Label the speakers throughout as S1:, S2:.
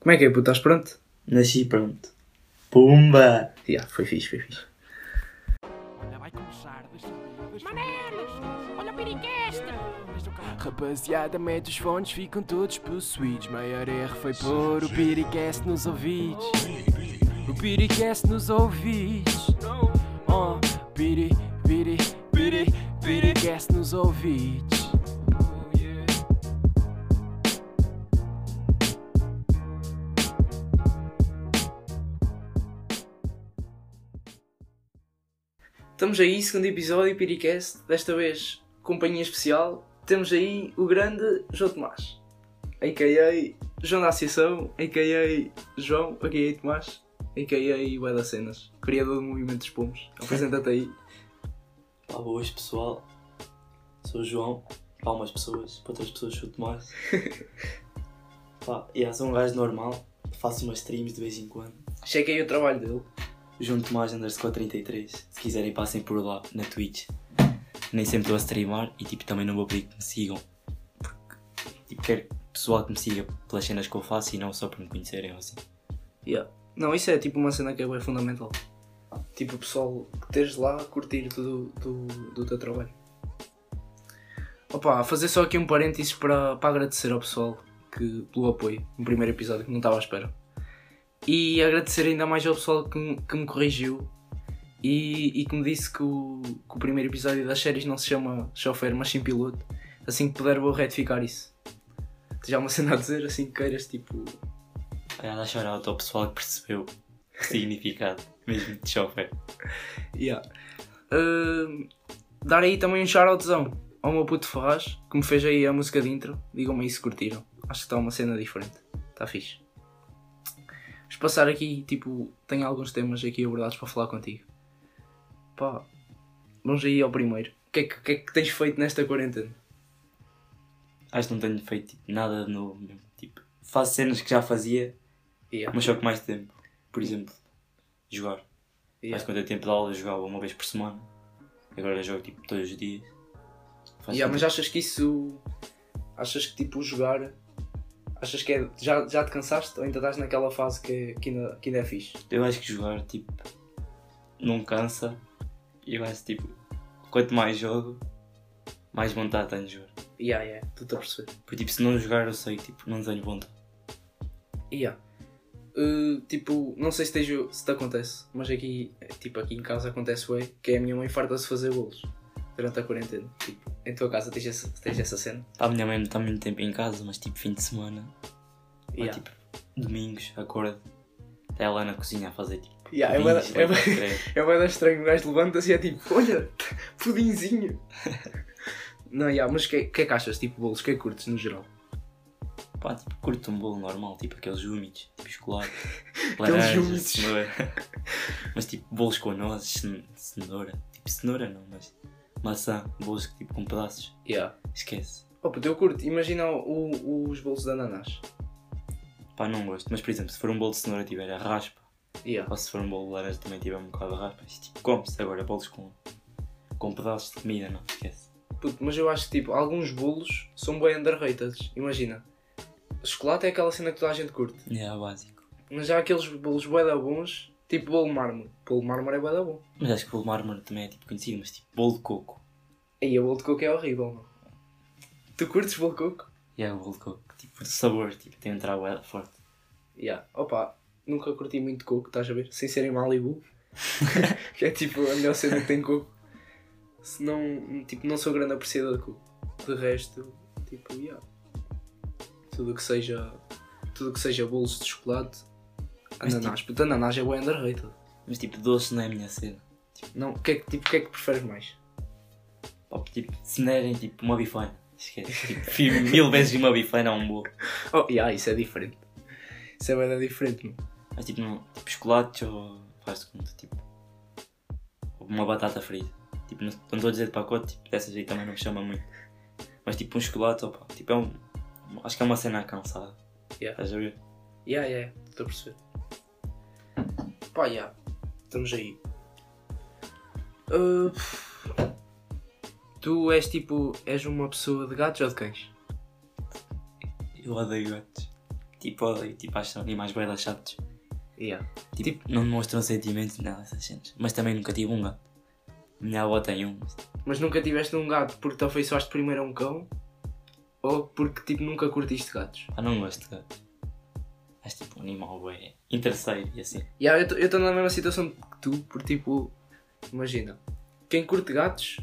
S1: Como é que é, puto? Estás pronto?
S2: Nasci pronto. Pumba!
S1: Já, foi fixe, foi fixe.
S3: Olha, vai começar, deixa eu ver, deixa eu ver.
S4: Manelos! Olha o piriqueste!
S3: Deixa eu cá. Rapaziada, mete os fones, ficam todos possuídos. Maior erro foi pôr o piricast nos ouvidos. O piricast nos ouvidos. Oh, piri, piri, piri, piricast nos ouvidos. Oh, yeah.
S1: Estamos aí, segundo episódio, Piricast. Desta vez, companhia especial. Temos aí o grande João Tomás. A.K.A. João da Associação, a.K.A. João, a.K.A. Tomás, a.K.A. Ué das Cenas. Criador do Movimento dos Pomos. Apresenta-te aí.
S2: Pá, boas pessoal. Sou o João. Para umas pessoas, para outras pessoas sou o Tomás. Pá, e sou um gajo normal. Faço umas streams de vez em quando.
S1: Checa aí o trabalho dele.
S2: João Tomás underscore 33. Se quiserem passem por lá, na Twitch. Nem sempre estou a streamar e tipo também não vou pedir que me sigam. Porque tipo, quero pessoal que me siga pelas cenas que eu faço e não só por me conhecerem ou assim.
S1: Yeah. Não, isso é tipo uma cena que é bué fundamental. Tipo, o pessoal que tens lá a curtir do, do, do teu trabalho. Opa, fazer só aqui um parênteses para, para agradecer ao pessoal que, pelo apoio no primeiro episódio, que não estava à espera. E agradecer ainda mais ao pessoal que, me- que me corrigiu e, e que me disse que o, que o primeiro episódio das séries não se chama Chofer, mas sim Piloto. Assim que puder, vou retificar isso. Tens já uma cena a dizer, assim que queiras, tipo,
S2: Olha, dá chorar ao pessoal que percebeu o significado mesmo de chofer.
S1: Yeah. Ahn, dar aí também um shoutzão ao meu puto Ferraz, que me fez aí a música de intro. Digam-me aí se curtiram. Acho que está uma cena diferente. Está fixe. Vamos passar aqui, tipo, tenho alguns temas aqui abordados para falar contigo. Pá, vamos aí ao primeiro. O que é que, o que é que tens feito nesta quarentena?
S2: Acho que não tenho feito tipo, nada de novo mesmo. Tipo, faço cenas que já fazia,
S1: Yeah,
S2: mas só com mais tempo. Por exemplo, jogar. Faz
S1: yeah.
S2: quanto é tempo de aula, eu jogava uma vez por semana. Agora eu jogo tipo todos os dias. Faz
S1: Yeah,
S2: quanto
S1: mas achas que isso. Achas que tipo jogar. Achas que é. Já, já te cansaste ou ainda estás naquela fase que, que, ainda, que ainda é fixe?
S2: tempo- Eu acho que jogar tipo não cansa. E eu acho tipo, quanto mais jogo, mais vontade tenho de jogar.
S1: Yeah, yeah, tu a perceber.
S2: Porque tipo, se não jogar eu sei, tipo, não tenho vontade.
S1: Yeah. Uh, tipo, não sei se, esteja, se te acontece, mas aqui, eh, tipo, aqui em casa acontece ué, que é a minha mãe farta-se fazer bolos durante a quarentena. Tipo, em tua casa tens essa, tens essa cena.
S2: Tá, A minha mãe não está muito tempo em casa, mas tipo fim de semana. Ou
S1: Yeah.
S2: tipo, domingos, acordo. Está lá na cozinha a fazer tipo.
S1: Yeah, é
S2: pudins,
S1: bué- é
S2: leite de
S1: bué-
S2: creme.
S1: É bem estranho, o gajo levanta-se e é tipo, olha, pudinzinho. não, yeah, mas o que, é- que é que achas, tipo, bolos? O que é que curtes no geral?
S2: Pá, tipo, curto um bolo normal, tipo aqueles úmidos, tipo chocolate,
S1: úmidos.
S2: laranja, cenoura. mas tipo, bolos com nozes, cen- cenoura. Tipo, cenoura não, mas maçã, bolos que, tipo com pedaços.
S1: Yeah.
S2: Esquece.
S1: Oh, puto, eu curto, imagina o- os bolos de ananás.
S2: Pá, não gosto. Mas por exemplo, se for um bolo de cenoura tiver a raspa,
S1: Yeah.
S2: ou se for um bolo de laranja também tiver um bocado a raspa, isto, tipo, come-se agora bolos com, com pedaços de comida, não, esquece.
S1: Puto, mas eu acho que tipo, alguns bolos são bem underrated. Imagina, chocolate é aquela cena que toda a gente curte.
S2: É básico.
S1: Mas já há aqueles bolos bué da bons, tipo bolo mármore. Bolo mármore é bué da bom.
S2: Mas acho que o bolo de mármore também é tipo conhecido, mas tipo, bolo de coco.
S1: Aí o bolo de coco é horrível, mano. Tu curtes bolo de coco?
S2: E é o bolo de coco, tipo, de sabor, tipo, tem de entrar bué forte.
S1: Já. Opa, nunca curti muito coco, estás a ver? Sem ser em Malibu. que é tipo a melhor cena que tem coco. Se não, tipo, não sou grande apreciador de coco. De resto, tipo, já. Tudo que seja, tudo que seja bolos de chocolate,
S2: Mas,
S1: ananás. Puta, ananás é bué underrated.
S2: Mas tipo, doce não é a minha cena.
S1: Não, o que é que, tipo, o que é que preferes mais?
S2: Pá, tipo, se me derem tipo uma bifana, esquece. Tipo, prefiro mil vezes uma bifana a um bolo.
S1: Oh, yeah, isso é diferente. Isso é bem diferente, mano.
S2: Mas tipo, não, tipo chocolates ou faz de conta, tipo. Ou uma batata frita. Tipo, não não estou a dizer de pacote, tipo, dessas aí também não me chama muito. Mas tipo, um chocolate, opa, tipo, é um. Acho que é uma cena cansada.
S1: Yeah.
S2: Estás a ver?
S1: Ya, ya, ya, estou a perceber. Pá, ya. Estamos aí. Ah, tu és tipo. És uma pessoa de gatos ou de cães?
S2: Eu odeio gatos. Tipo, olha, tipo acham animais bem chatos.
S1: Yeah.
S2: Tipo,
S1: Tipo-
S2: não demonstram sentimentos, nada dessas cenas. Mas também nunca tive um gato. Minha avó tem um. mas
S1: Mas nunca tiveste um gato porque te afeiçoaste primeiro a um cão? Ou porque tipo nunca curtiste gatos?
S2: Pá, não gosto de gatos. Acho tipo um animal bem interesseiro e assim.
S1: Yeah, eu estou na mesma situação que tu, porque tipo, imagina, quem curte gatos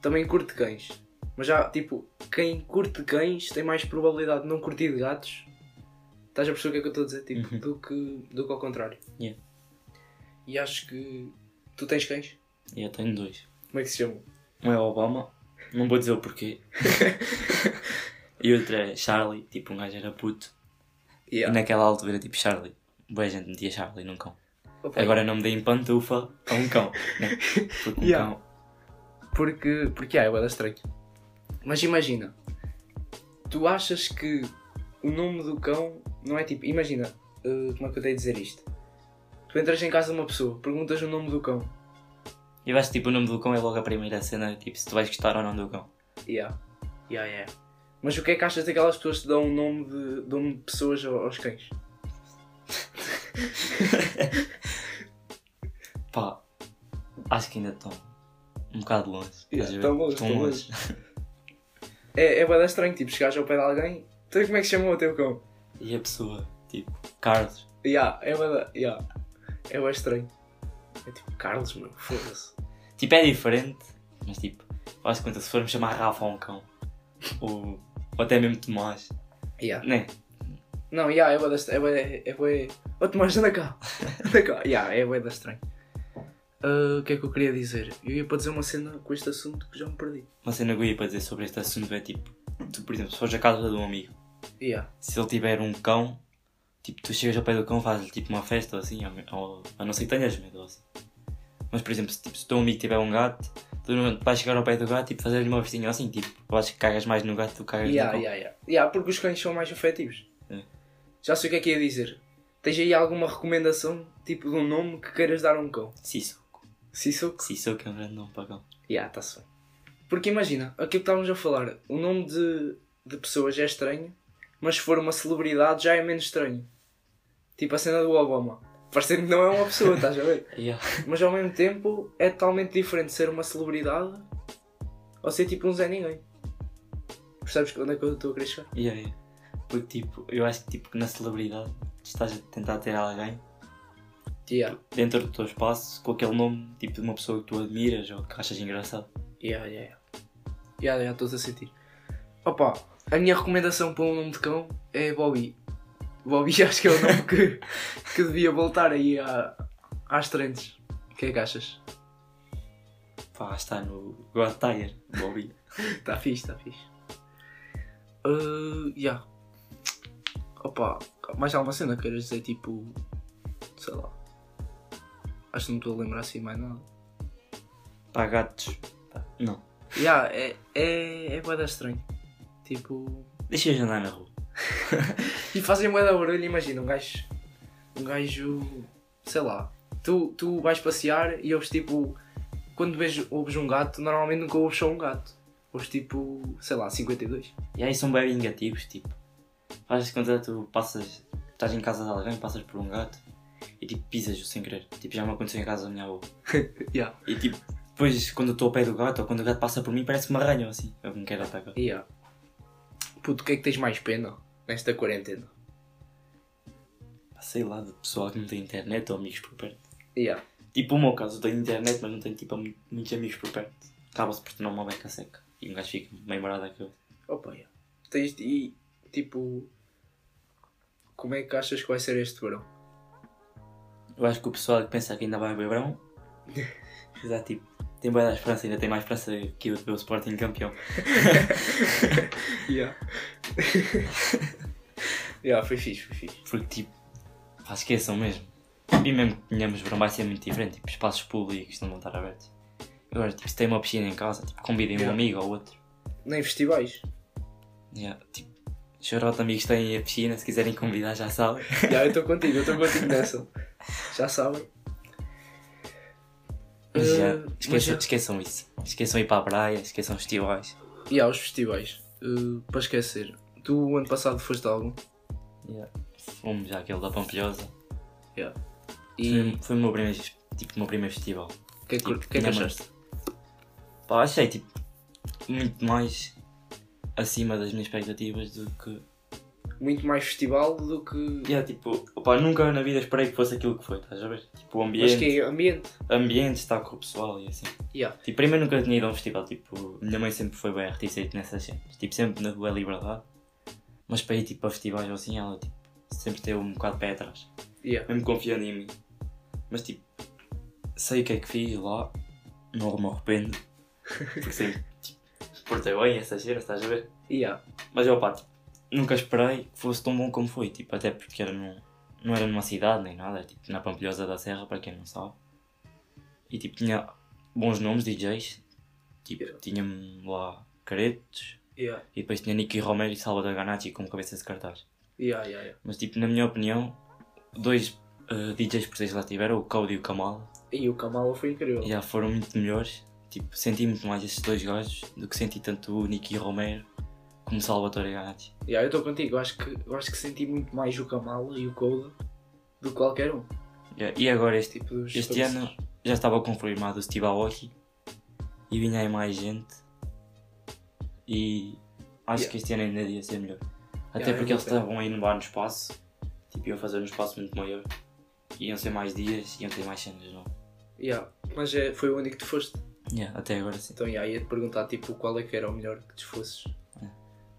S1: também curte cães. Mas já, tipo, quem curte cães tem mais probabilidade de não curtir de gatos. Estás a perceber o que é que eu estou a dizer? Tipo,
S2: Uhum.
S1: do, que, do que ao contrário.
S2: Yeah.
S1: E acho que tu tens cães?
S2: E eu tenho dois.
S1: Como é que se chamam?
S2: Um é Obama, não vou dizer o porquê. e outro é Charlie, tipo um gajo era puto. E
S1: Yeah.
S2: naquela altura tipo Charlie. Boa gente metia Charlie num cão.
S1: Opa,
S2: Agora não me deem pantufa a um cão. né? Porque um
S1: Yeah.
S2: cão.
S1: Porque, porque ah, é bué da estranho. Mas imagina, tu achas que o nome do cão não é tipo. Imagina, eh, como é que eu tenho a dizer isto? Tu entras em casa de uma pessoa, perguntas o nome do cão.
S2: Eu acho que tipo, o nome do cão é logo a primeira cena, tipo se tu vais gostar ou não do cão.
S1: Yeah. Yeah, yeah. Mas o que é que achas daquelas pessoas que dão o nome de, dão pessoas ao- aos cães?
S2: Pá, acho que ainda estão um bocado longe.
S1: Yeah,
S2: estás a ver?
S1: tão longe, tão É, é bué da estranho, tipo, chegares ao pé de alguém, então como é que se chama o teu cão?
S2: E a pessoa, tipo, Carlos.
S1: Yeah, é bué da. Yeah. É bué estranho. É tipo, Carlos, mano, foda-se.
S2: Tipo, é diferente, mas tipo, faz conta, se formos chamar Rafa a um cão, ou, ou até mesmo Tomás,
S1: Yeah.
S2: né?
S1: Não, já, é bué da estranho. É bué... É bué... Ô Tomás, anda cá. Anda cá. Já, é bué da estranho. Ah, o que é que eu queria dizer? Eu ia para dizer uma cena com este assunto que já me perdi.
S2: Uma cena que eu ia para dizer sobre este assunto é tipo, tu, por exemplo, se fores à casa de um amigo,
S1: Já.
S2: se ele tiver um cão, tipo, tu chegas ao pé do cão, fazes tipo uma festa ou assim, ou- ou- a não ser que tenhas medo ou assim. Mas, por exemplo, se, tipo, se o teu amigo tiver um gato, tu não vais chegar ao pé do gato e tipo, fazer-lhe uma festinha assim, tipo, eu acho que cagas mais no gato do que cagas
S1: Já,
S2: no cão.
S1: já, já. Já, porque os cães são mais afetivos.
S2: É.
S1: Já sei o que é que ia dizer. Tens aí alguma recomendação, tipo, de um nome que queiras dar a um cão?
S2: Sissoko.
S1: Sissoko?
S2: Sissoko é um grande nome para cão.
S1: Já, está-se bem. Porque imagina, aquilo que estávamos a falar, o nome de, de pessoas é estranho, mas se for uma celebridade já é menos estranho. Tipo a cena do Obama. Parecendo que não é uma pessoa, estás a ver?
S2: Yeah.
S1: Mas ao mesmo tempo é totalmente diferente ser uma celebridade ou ser tipo um Zé Ninguém. Percebes onde é que eu estou a querer chegar?
S2: Yeah, yeah. Porque tipo, eu acho que tipo, que na celebridade tu estás a tentar ter alguém
S1: Yeah,
S2: dentro do teu espaço com aquele nome tipo de uma pessoa que tu admiras ou que achas engraçado.
S1: yeah, yeah. Yeah, yeah, yeah estou a sentir. Opa, a minha recomendação para um nome de cão é Bobby. Bobby acho que é o nome que, que devia voltar aí à, às trentes. O que é que achas?
S2: Pá, está no God Tiger, Bobby.
S1: Está Tá fixe, está fixe. Uh, yeah. Opa, mais alguma cena que queiras dizer, tipo. Sei lá. Acho que não me estou a lembrar assim mais nada.
S2: Pá, gatos. Pá, Não.
S1: Yeah, é. É. É boeda estranho. Tipo.
S2: Deixa-os andar na rua.
S1: E fazem boeda barulho, imagina, um gajo. Um gajo. Sei lá. Tu, tu vais passear e ouves tipo. Quando vejo, ouves um gato, normalmente nunca ouves só um gato. Ouves tipo. Sei lá, 52.
S2: E aí são bem vingativos, tipo. Fazes conta tu passas. Estás em casa de alguém, passas por um gato e tipo pisas-o sem querer. Tipo, já me aconteceu em casa da minha avó.
S1: Yeah.
S2: E tipo, depois quando eu estou ao pé do gato ou quando o gato passa por mim parece que me arranham assim. Eu me quero atacar.
S1: Yeah. Puto, o que é que tens mais pena nesta quarentena?
S2: sei lá, de pessoal que não tem internet ou amigos por perto.
S1: Yeah.
S2: Tipo, o meu caso, eu tenho internet, mas não tenho tipo, mu- muitos amigos por perto. Acaba-se por tornar uma beca seca. E um gajo fica meio morado à cabeça.
S1: Opa, yeah. Tens e tipo. Como é que achas que vai ser este verão?
S2: Eu acho que o pessoal que pensa que ainda vai haver verão, já tipo, tem boa da esperança, ainda tem mais esperança que eu de ver o Sporting campeão.
S1: Yeah. yeah, foi fixe, foi fixe.
S2: Porque tipo, pá, esqueçam mesmo. E mesmo que tenhamos verão vai ser muito diferente, tipo, espaços públicos não vão estar abertos. Agora, tipo, se tem uma piscina em casa, tipo, convidem
S1: Yeah.
S2: um amigo ou outro.
S1: Nem festivais.
S2: Yeah, tipo, chorota amigos têm a piscina, se quiserem convidar já sabem.
S1: yeah, eu estou contigo, eu estou contigo nessa. Já sabem.
S2: Mas
S1: Eh,
S2: já,
S1: mas
S2: esqueçam,
S1: já.
S2: esqueçam isso. Esqueçam ir para a praia, esqueçam os festivais.
S1: Ah, E há os festivais. eh, para esquecer. Tu o ano passado foste a algum?
S2: Yeah. Fomos àquele da Pampilhosa.
S1: Yeah.
S2: E
S1: E
S2: foi o meu primeiro, tipo, o meu primeiro festival.
S1: o que é que,
S2: Tipo,
S1: o que é que
S2: tinha
S1: achaste?
S2: mais- Pá, achei tipo muito mais acima das minhas expectativas do que.
S1: Muito mais festival do que.
S2: Yeah, tipo, opá, nunca na vida esperei que fosse aquilo que foi, estás a ver? Tipo, o
S1: Mas
S2: ambiente,
S1: que é ambiente.
S2: ambiente está com o pessoal e assim.
S1: Yeah.
S2: Tipo, primeiro nunca tinha ido a um festival, tipo, minha mãe sempre foi bem reticente nessas cenas, tipo, sempre na rua Liberdade, mas para ir tipo a festivais ou assim, ela tipo, sempre teve um bocado de pé atrás,
S1: Yeah.
S2: mesmo confiando em mim, mas tipo, sei o que é que fiz lá, não me arrependo, porque sempre, tipo, portei bem essas cenas, estás a ver?
S1: Yeah.
S2: Mas eu, pá, tipo, nunca esperei que fosse tão bom como foi, tipo, até porque era num, não era numa cidade nem nada, era, tipo, na Pampilhosa da Serra, para quem não sabe. E, tipo, tinha bons nomes, DJs, tipo,
S1: Yeah.
S2: tinha-me lá Caretos,
S1: Yeah.
S2: e depois tinha Nicky Romero e Salvador Ganacci como cabeça de cartaz.
S1: Yeah, yeah, yeah.
S2: Mas, tipo, na minha opinião, dois eh, DJs portugueses lá tiveram, o Cody e o Kamal,
S1: E o Kamala foi incrível.
S2: já foram muito melhores. Tipo, senti muito mais esses dois gajos do que senti tanto o Nicky Romero como o Salvador Ganacci.
S1: Yeah, eu estou contigo, eu acho, que, eu acho que senti muito mais o Kamala e o Coda do que qualquer um.
S2: Yeah, E agora este,
S1: Tipo, dos
S2: este
S1: todos.
S2: ano já estava confirmado o Steve Aoki e vinha aí mais gente e acho
S1: Yeah.
S2: que este ano ainda ia ser melhor. Até
S1: Yeah, eu
S2: porque eles
S1: gostei.
S2: estavam a inovar no espaço, tipo iam fazer um espaço muito maior, iam ser mais dias, iam ter mais cenas não.
S1: Yeah. Mas é, foi o único que tu foste.
S2: Yeah, até agora sim.
S1: Então yeah, ia-te perguntar tipo, qual é que era o melhor que tu fosses.
S2: É.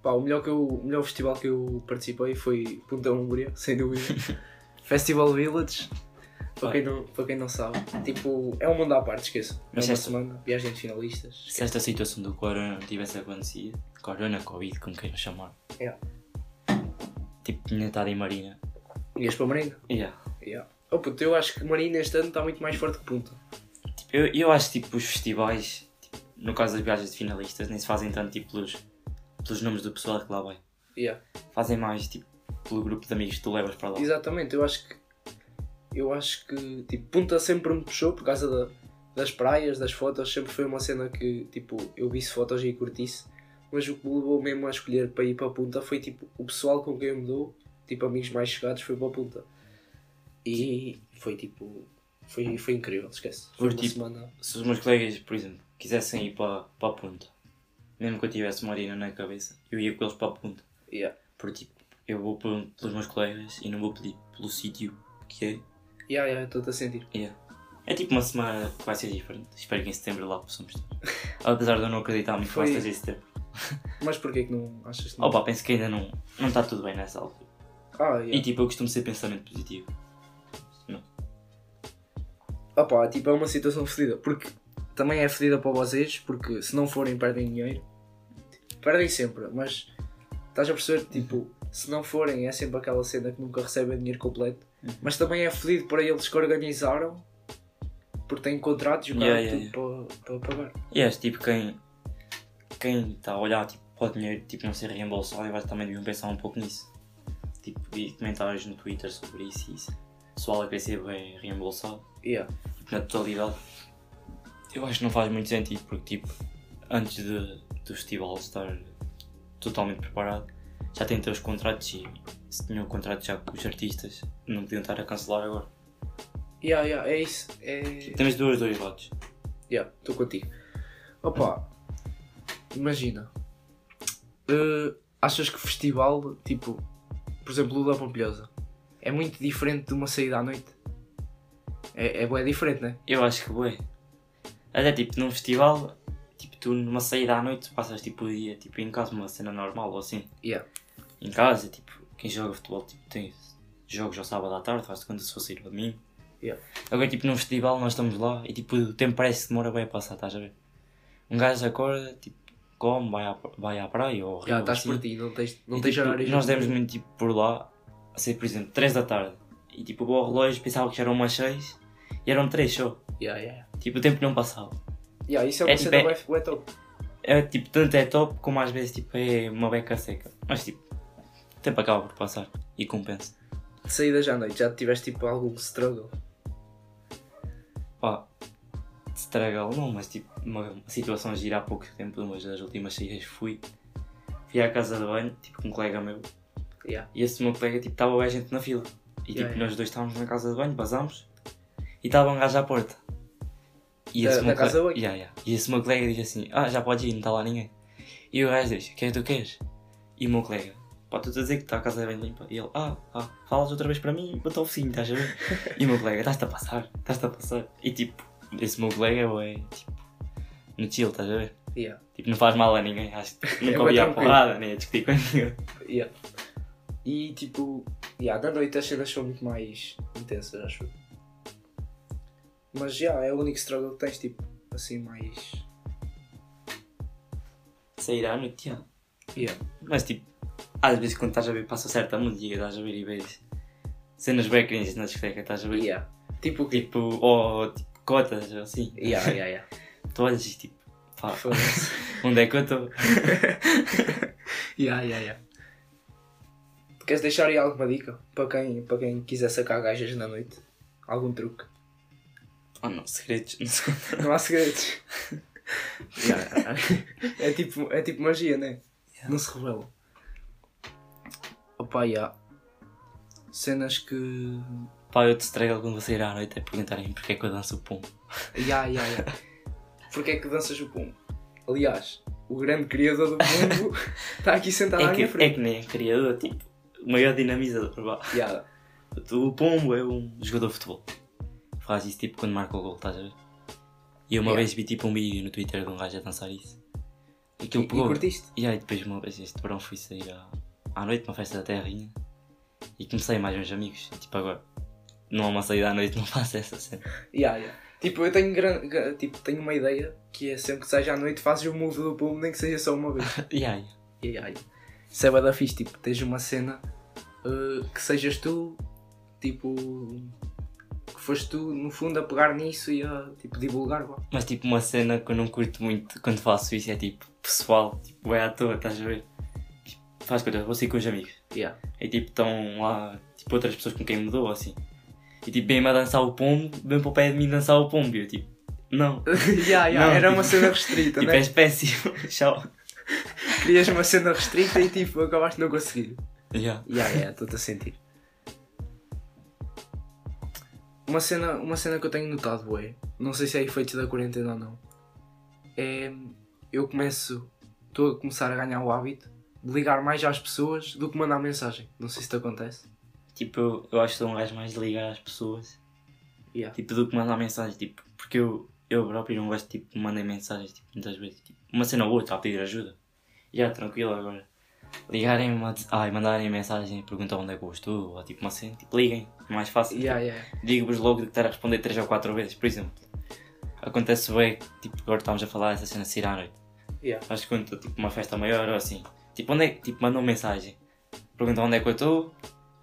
S1: Pá, o melhor, que eu, o melhor festival que eu participei foi Punta Umbria, sem dúvida. Festival Village. Para quem, não, para quem não sabe, tipo, é um mundo à parte, esqueço. É
S2: Mas
S1: uma
S2: esta-
S1: semana, viagem de finalistas.
S2: Se esta situação do corona não tivesse acontecido, corona, covid, como queiram chamar,
S1: Yeah.
S2: tipo tinha estado em Marina.
S1: Ias para Marinho.
S2: Yeah.
S1: Yeah. Oh, puto, eu acho que Marina este ano está muito mais forte que Punta.
S2: Tipo, eu, eu acho que tipo, os festivais, tipo, no caso das viagens de finalistas, nem se fazem tanto tipo, pelos, pelos nomes do pessoal que lá vai.
S1: Yeah.
S2: Fazem mais tipo, pelo grupo de amigos que tu levas para lá.
S1: Exatamente, eu acho que. Eu acho que. Tipo, Punta sempre me puxou por causa da- das praias, das fotos. Sempre foi uma cena que, tipo, eu visse fotos e curtisse. Mas o que me levou mesmo a escolher para ir para Punta foi, tipo, o pessoal com quem eu me dou, tipo, amigos mais chegados, foi para Punta. E foi, tipo. Foi, foi incrível, esquece. Foi
S2: Foi,
S1: uma
S2: tipo,
S1: semana.
S2: Se os meus colegas, por exemplo, quisessem ir para, para a punta, mesmo que eu tivesse Marina na cabeça, eu ia com eles para a punta.
S1: Yeah.
S2: Porque tipo, eu vou por- pelos meus colegas e não vou pedir pelo sítio que é.
S1: Yeah, yeah, estou-te a sentir.
S2: Yeah. É tipo uma semana que vai ser diferente. Espero que em setembro lá possamos ter. Apesar de eu não acreditar muito que vai
S1: Foi-
S2: ser em setembro.
S1: Mas porquê que não achas que não?
S2: Opa, penso que ainda não, não está tudo bem nessa altura.
S1: Ah,
S2: E
S1: yeah.
S2: tipo, eu costumo ser pensamento positivo.
S1: Opa, tipo, é uma situação fedida. Porque também é fedida para vocês, porque se não forem, perdem dinheiro. Perdem sempre, mas estás a perceber? Tipo, se não forem, é sempre aquela cena que nunca recebem dinheiro completo.
S2: Uhum.
S1: Mas também é fedido para eles que organizaram, porque têm contratos e o
S2: Yeah,
S1: cara
S2: yeah,
S1: tudo Para, para pagar.
S2: E és tipo quem quem está a olhar tipo, para o dinheiro tipo, não ser reembolsado, eu acho que também deviam pensar um pouco nisso. Tipo, vi comentários no Twitter sobre isso e isso. O pessoal a querer ser bem reembolsado,
S1: Yeah.
S2: tipo, na totalidade. Eu acho que não faz muito sentido porque tipo, antes de, do festival estar totalmente preparado, já têm de ter os contratos e se tinham o contrato já com os artistas, não podiam estar a cancelar agora.
S1: Yeah, yeah, é isso. É...
S2: Temos dois dois lados.
S1: Yeah, estou contigo. Opa, imagina. Eh, achas que festival, tipo, por exemplo, o da Pampilhosa, é muito diferente de uma saída à noite? É, é bué diferente, né?
S2: Eu acho que bué. Até tipo num festival, tipo tu numa saída à noite passas tipo o dia tipo em casa uma cena normal ou assim.
S1: Yeah.
S2: Em casa, tipo, quem joga futebol tipo tem jogos ao sábado à tarde, faz de conta se fosse ir domingo.
S1: Yeah.
S2: Agora tipo num festival nós estamos lá e tipo o tempo parece que demora bem a passar, estás a ver? Um gajo acorda, tipo, come, vai à, vai à praia ou ao rio,
S1: Já estás
S2: assim.
S1: por ti, não tens, não
S2: E,
S1: tens
S2: tipo,
S1: horários.
S2: Nós demos muito tipo por lá, a ser por exemplo 3 da tarde. E tipo, vou ao relógio, pensava que já eram umas 6 e eram 3 só.
S1: Yeah, yeah.
S2: Tipo, o tempo não passava.
S1: Yeah, isso é uma
S2: É, tipo,
S1: cena
S2: é-
S1: bué- bué top.
S2: É, tipo, tanto é top como às vezes tipo, é uma beca seca. Mas tipo, o tempo acaba por passar e compensa.
S1: De saídas à noite, já tiveste tipo algum struggle?
S2: Pá, estraga ou não, mas tipo, uma, uma situação a girar há pouco tempo, mas das últimas saídas fui. Fui à casa de banho, tipo, com um colega meu,
S1: Yeah.
S2: E esse meu colega, tipo, estava a gente na fila. E tipo,
S1: Yeah, yeah.
S2: nós dois estávamos na casa de banho, basámos. E estava um gajo à porta. E
S1: Da-
S2: esse
S1: da
S2: meu
S1: casa de
S2: colega...
S1: banho?
S2: Yeah, yeah. E esse meu colega diz assim, ah, já pode ir, não está lá ninguém. E o gajo diz, quem é que tu queres? E o meu colega, pá, tu estás a dizer que está a casa de banho limpa. E ele, ah, ah, falas outra vez para mim, bota o focinho, estás a ver? e o meu colega, estás-te a passar, estás-te a passar. E tipo, esse meu colega, ué, tipo, no chill, estás a ver?
S1: Yeah.
S2: Tipo, não faz mal a ninguém, acho que
S1: É
S2: nunca
S1: bué
S2: ouvi a
S1: tranquilo.
S2: porrada, nem a discutir com ninguém.
S1: Yeah. E tipo, yeah, da noite as cenas são muito mais intensas, acho eu. Mas já, yeah, é o único struggle que tens, tipo, assim, mais.
S2: Sair à noite, yeah.
S1: Yeah.
S2: Mas tipo, às vezes quando estás a ver, passa certa música, estás a ver e vês cenas bem cringe na discoteca, estás a ver?
S1: Yeah. Tipo o quê?
S2: Tipo, ou tipo, cotas, ou assim.
S1: Yeah, yeah, yeah.
S2: Tu olhas e tipo, pá,
S1: Foda-se.
S2: onde é que eu estou?
S1: yeah, yeah, yeah. Tu Queres deixar aí alguma dica para quem, para quem quiser sacar gajas na noite? Algum truque?
S2: Oh não, segredos, não se conta.
S1: Não há segredos. Yeah. é, tipo, é tipo magia, né? Não se revela. Opa, yeah. Cenas que.
S2: Pá, eu te estrego quando vou sair à noite a perguntarem porque é que eu danço o pum.
S1: Ya, ya, ya. Porquê é que danças o pombo? Aliás, o grande criador do pombo está aqui sentado à
S2: É
S1: Tá minha
S2: que, é
S1: frente.
S2: que nem é criador, tipo, o maior dinamizador, vá.
S1: Ya.
S2: O pombo é um jogador de futebol. Faz isso tipo quando marca o gol, estás a ver? E eu uma
S1: Yeah.
S2: vez vi tipo um vídeo no Twitter de um gajo a dançar isso. Aquilo
S1: E, e
S2: pegou.
S1: curtiste?
S2: E aí depois uma vez este verão fui sair à, à noite, uma festa da terrinha, e comecei mais uns amigos, e, tipo agora. Não há uma saída à noite, não faço essa cena.
S1: Ya, ya. Tipo, eu tenho, gran- gra- tipo, tenho uma ideia que é sempre que seja à noite fazes o move do pombo, nem que seja só uma vez.
S2: E aí?
S1: Ya, ya. Isso é bué da fixe, tipo, tens uma cena uh, que sejas tu, tipo, que foste tu, no fundo, a pegar nisso e a, tipo, divulgar, vá.
S2: Mas tipo uma cena que eu não curto muito quando faço isso é tipo pessoal, tipo é à toa, estás a ver? Tipo, faz coisas, vou sair com os amigos.
S1: Ya.
S2: E tipo estão lá tipo, outras pessoas com quem mudou assim. E tipo vem-me a dançar o pombo, vem para o pé de mim dançar o pombo. E eu tipo, não.
S1: Ya, ya,
S2: Não,
S1: era
S2: tipo-
S1: uma cena restrita,
S2: Tipo
S1: né?
S2: és péssimo. Tchau.
S1: Querias uma cena restrita e, tipo, acabaste de não conseguir.
S2: Yeah.
S1: Ya, ya, estou-te a sentir. Uma cena, uma cena que eu tenho notado, ué, não sei se é efeitos da quarentena ou não, é. Eu começo. Estou a começar a ganhar o hábito de ligar mais às pessoas do que mandar mensagem. Não sei se te acontece.
S2: Tipo, eu, eu acho que sou um gajo mais de ligar às pessoas.
S1: Yeah.
S2: Tipo, do que mandar mensagens, tipo, porque eu, eu próprio não gosto tipo, de mandar mensagens, tipo, muitas vezes, tipo, uma cena ou outra a pedir ajuda. Já, tranquilo agora. Ligarem-me, a diz- ai, mandarem mensagem e perguntar onde é que eu estou, ou tipo uma cena, tipo, liguem, é mais fácil.
S1: Ya, ya.
S2: Tipo, Digo-vos logo de estar a responder três ou quatro vezes, por exemplo. Acontece bem, que, tipo, agora estávamos a falar essa cena de sair à noite.
S1: Ya.
S2: Acho que quando estou, tipo, uma festa maior ou assim, tipo, onde é que, tipo, mandam mensagem, perguntam onde é que eu estou,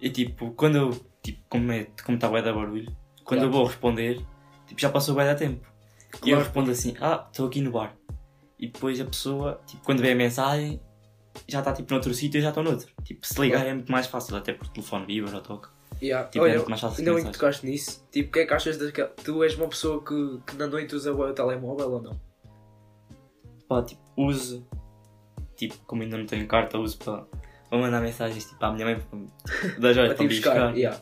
S2: e tipo, quando eu, tipo, como é- como está bué da barulho, quando
S1: Ya.
S2: eu vou responder, tipo, já passou bué da tempo. E eu
S1: Claro.
S2: respondo assim, ah, estou aqui no bar. E depois a pessoa, tipo, quando vê a mensagem, já está, tipo, noutro sítio e eu já estou noutro. Tipo, se ligar é muito mais fácil, até por telefone vibra ou toque.
S1: Ya.
S2: Tipo, é
S1: Olha,
S2: muito mais fácil
S1: ainda
S2: de
S1: bem que
S2: mensagem.
S1: tocaste nisso. Tipo, o que é que achas daquela. Tu és uma pessoa que, que na noite usa bué o telemóvel ou não?
S2: Pá, tipo, uso, tipo, como ainda não tenho carta, uso para... Vou mandar mensagens tipo à minha mãe para- das horas
S1: Para
S2: É para
S1: te
S2: me
S1: buscar.
S2: buscar.
S1: Ya.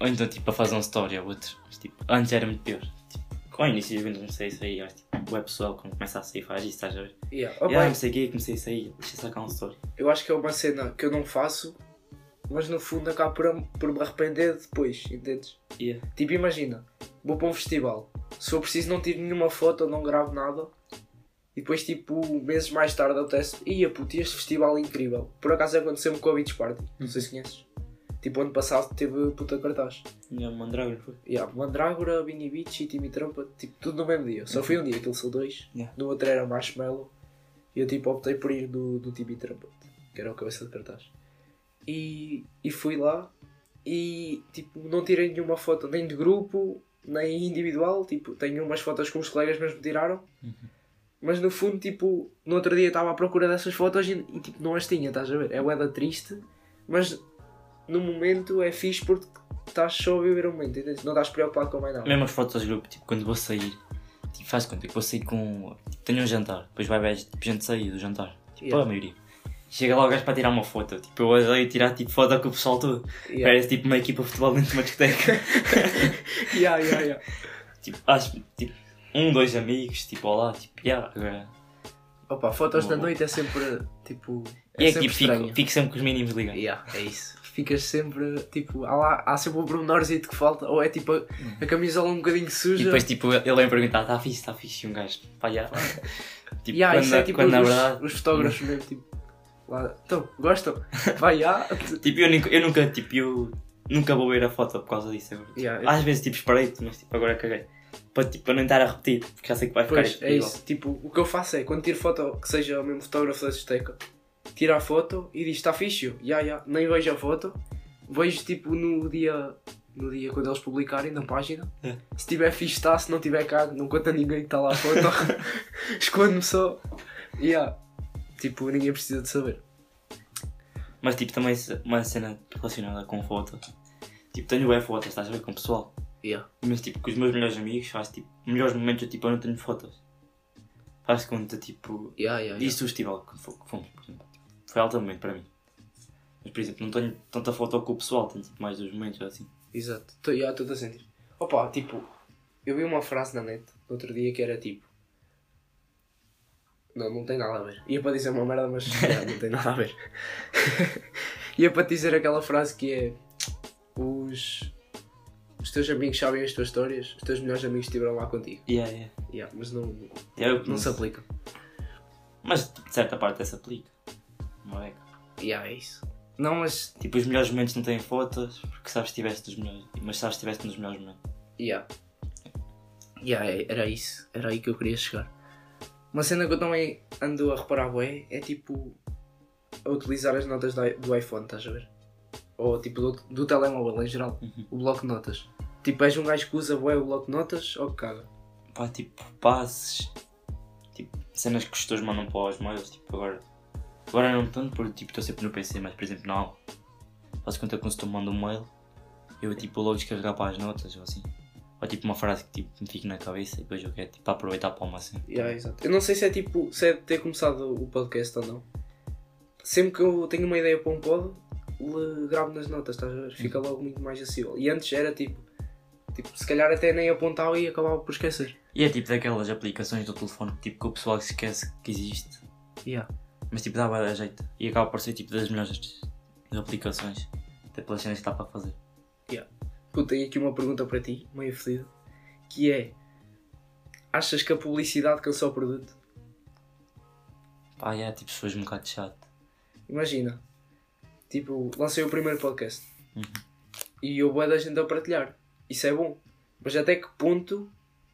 S2: Ou então tipo a fazer um story ou outro. Mas, tipo, antes era muito pior. Tipo, ao início eu não sei isso aí, acho tipo, o pessoal quando começa a sair faz isso, estás a ver?
S1: Ya. Opa,
S2: Oh, yeah, não sei o quê, comecei a sair, deixa eu sacar um story.
S1: Eu acho que é uma cena que eu não faço, mas no fundo acabo por, por me arrepender depois, entendes?
S2: Yeah.
S1: Tipo, imagina, vou para um festival, se for preciso não tiro nenhuma foto, não gravo nada, e depois, tipo, meses mais tarde acontece, ia puto, e este festival é incrível. Por acaso aconteceu-me com a Beach Party, não sei se conheces. Tipo, ano passado teve puta cartaz.
S2: Minha mandrágora foi.
S1: Yeah, Mandrágora, Bini Beach e Timmy Trampa, tipo, tudo no mesmo dia. Só foi um dia, aquilo são dois.
S2: Yeah.
S1: No outro era Marshmallow. E eu, tipo, optei por ir do, do Timmy Trampa, que era o cabeça de cartaz. E, e fui lá e, tipo, não tirei nenhuma foto, nem de grupo, nem individual. Tipo, tenho umas fotos que os colegas mesmo tiraram.
S2: Uhum.
S1: Mas no fundo, tipo, no outro dia estava à procura dessas fotos e, e, tipo, não as tinha, estás a ver? É uma triste, mas no momento é fixe porque estás só a viver o momento, entendes? não estás preocupado com mais nada.
S2: Mesmo as fotos de grupo, tipo, quando vou sair, tipo, faz conta que vou sair com. Tipo, tenho um jantar, depois vai ver tipo, gente sair do jantar. Tipo,
S1: Yeah.
S2: a maioria. Chega lá o gajo para tirar uma foto. Tipo, eu odeio tirar tipo foto com o pessoal todo.
S1: Yeah.
S2: Parece tipo uma equipa de futebol dentro de uma discoteca.
S1: Yeah, yeah, yeah.
S2: tipo, acho, tipo, um, dois amigos, tipo, olá, tipo, yeah, agora.
S1: Opa, fotos da noite é sempre tipo. É
S2: e é que
S1: sempre
S2: tipo, fico,
S1: estranho.
S2: fico sempre com os mínimos ligados.
S1: Yeah, é isso. Ficas sempre tipo. Há, lá, há sempre um pormenorzito que falta, ou é tipo a, a camisola um bocadinho suja.
S2: Uhum. E depois, tipo, ele vem perguntar, está fixe, está fixe, e um gajo, pá, já. Tipo,
S1: Yeah,
S2: quando,
S1: isso é tipo
S2: quando
S1: os,
S2: na verdade...
S1: os fotógrafos mesmo, tipo. Lá, então, gostam? Vai, ah, já.
S2: Tipo, eu nunca, eu nunca, tipo, eu nunca vou ver a foto por causa disso agora.
S1: Yeah,
S2: Às vezes, tipo, esperei-te, mas, tipo, agora caguei. Para, tipo, para não estar a repetir, porque já sei que vai ficar
S1: Pois, é
S2: igual.
S1: isso. Tipo, o que eu faço é, quando tiro foto, que seja o mesmo fotógrafo da Azteca, tiro a foto e diz, está fixe? Eu, Ya, ya. Nem vejo a foto. Vejo, tipo, no dia... No dia quando eles publicarem na página.
S2: É.
S1: Se tiver fixe, está. Se não tiver, cago. Não conta a ninguém que está lá a foto. Escondo-me só. Ya. Tipo, ninguém precisa de saber.
S2: Mas, tipo, também se- uma cena relacionada com foto. Tipo, tenho bem fotos, estás a ver, com o pessoal.
S1: Ya.
S2: Mas, tipo, com os meus melhores amigos, faz, tipo, melhores momentos, eu, tipo, eu não tenho fotos. Faz conta, tipo,
S1: Ya, ya, ya.
S2: Isso do festival que fo- que fomos, por exemplo, foi altamente para mim. Mas, por exemplo, não tenho tanta foto com o pessoal, tenho tipo, mais dois momentos ou assim.
S1: Exato, estou yeah, tô a sentir. Opa, tipo, eu vi uma frase na net no outro dia que era tipo. Não, não tem nada a ver. Ia para dizer uma merda, mas yeah, não tem nada a ver. Ia para dizer aquela frase que é: Os. Os teus amigos sabem as tuas histórias, os teus melhores amigos estiveram lá contigo.
S2: Yeah, yeah.
S1: Yeah, mas não,
S2: Yeah, eu
S1: não se
S2: conheço.
S1: aplica.
S2: Mas tipo, de certa parte essa aplica. Não é?
S1: Yeah, é isso. Não, mas.
S2: Tipo, os melhores momentos não têm fotos, porque sabes que estiveste nos melhores. Mas sabes que estiveste nos melhores momentos.
S1: Yeah. Yeah, é- era isso. Era aí que eu queria chegar. Uma cena que eu também ando a reparar bué é tipo a utilizar as notas da- do iPhone, estás a ver? Ou tipo do, do telemóvel em geral,
S2: Uhum.
S1: o bloco de notas. Tipo, és um gajo que usa bué o bloco de notas ou que caga?
S2: Pá, tipo, passes. Tipo, cenas que os gestores mandam para os mails, tipo, agora. Agora não tanto, porque tipo, estou sempre no PC, mas por exemplo, na aula. Faço conta que o gestor manda um mail, eu tipo logo descarregar para as notas ou assim. Ou tipo uma frase que tipo, me fica na cabeça e depois eu quero tipo, aproveitar para uma cena.
S1: Yeah, exato. Eu não sei se é tipo, se é de ter começado o podcast ou não. Sempre que eu tenho uma ideia para um pod, le- gravo nas notas, estás a ver? Fica logo muito mais acessível. E antes era tipo, tipo, se calhar até nem apontava e acabava por esquecer.
S2: E é tipo daquelas aplicações do telefone tipo, que o pessoal se esquece que existe,
S1: Yeah.
S2: mas tipo dá bué da jeito. E acaba por ser tipo das melhores aplicações, até pelas cenas que dá para fazer.
S1: Puta, tenho aqui uma pergunta para ti, meio fodido, que é Achas que a publicidade cansa o produto?
S2: Pá, é tipo, pessoas um bocado chato.
S1: Imagina, tipo, lancei o primeiro podcast
S2: Uhum.
S1: e eu bué da gente a partilhar. Isso é bom. Mas até que ponto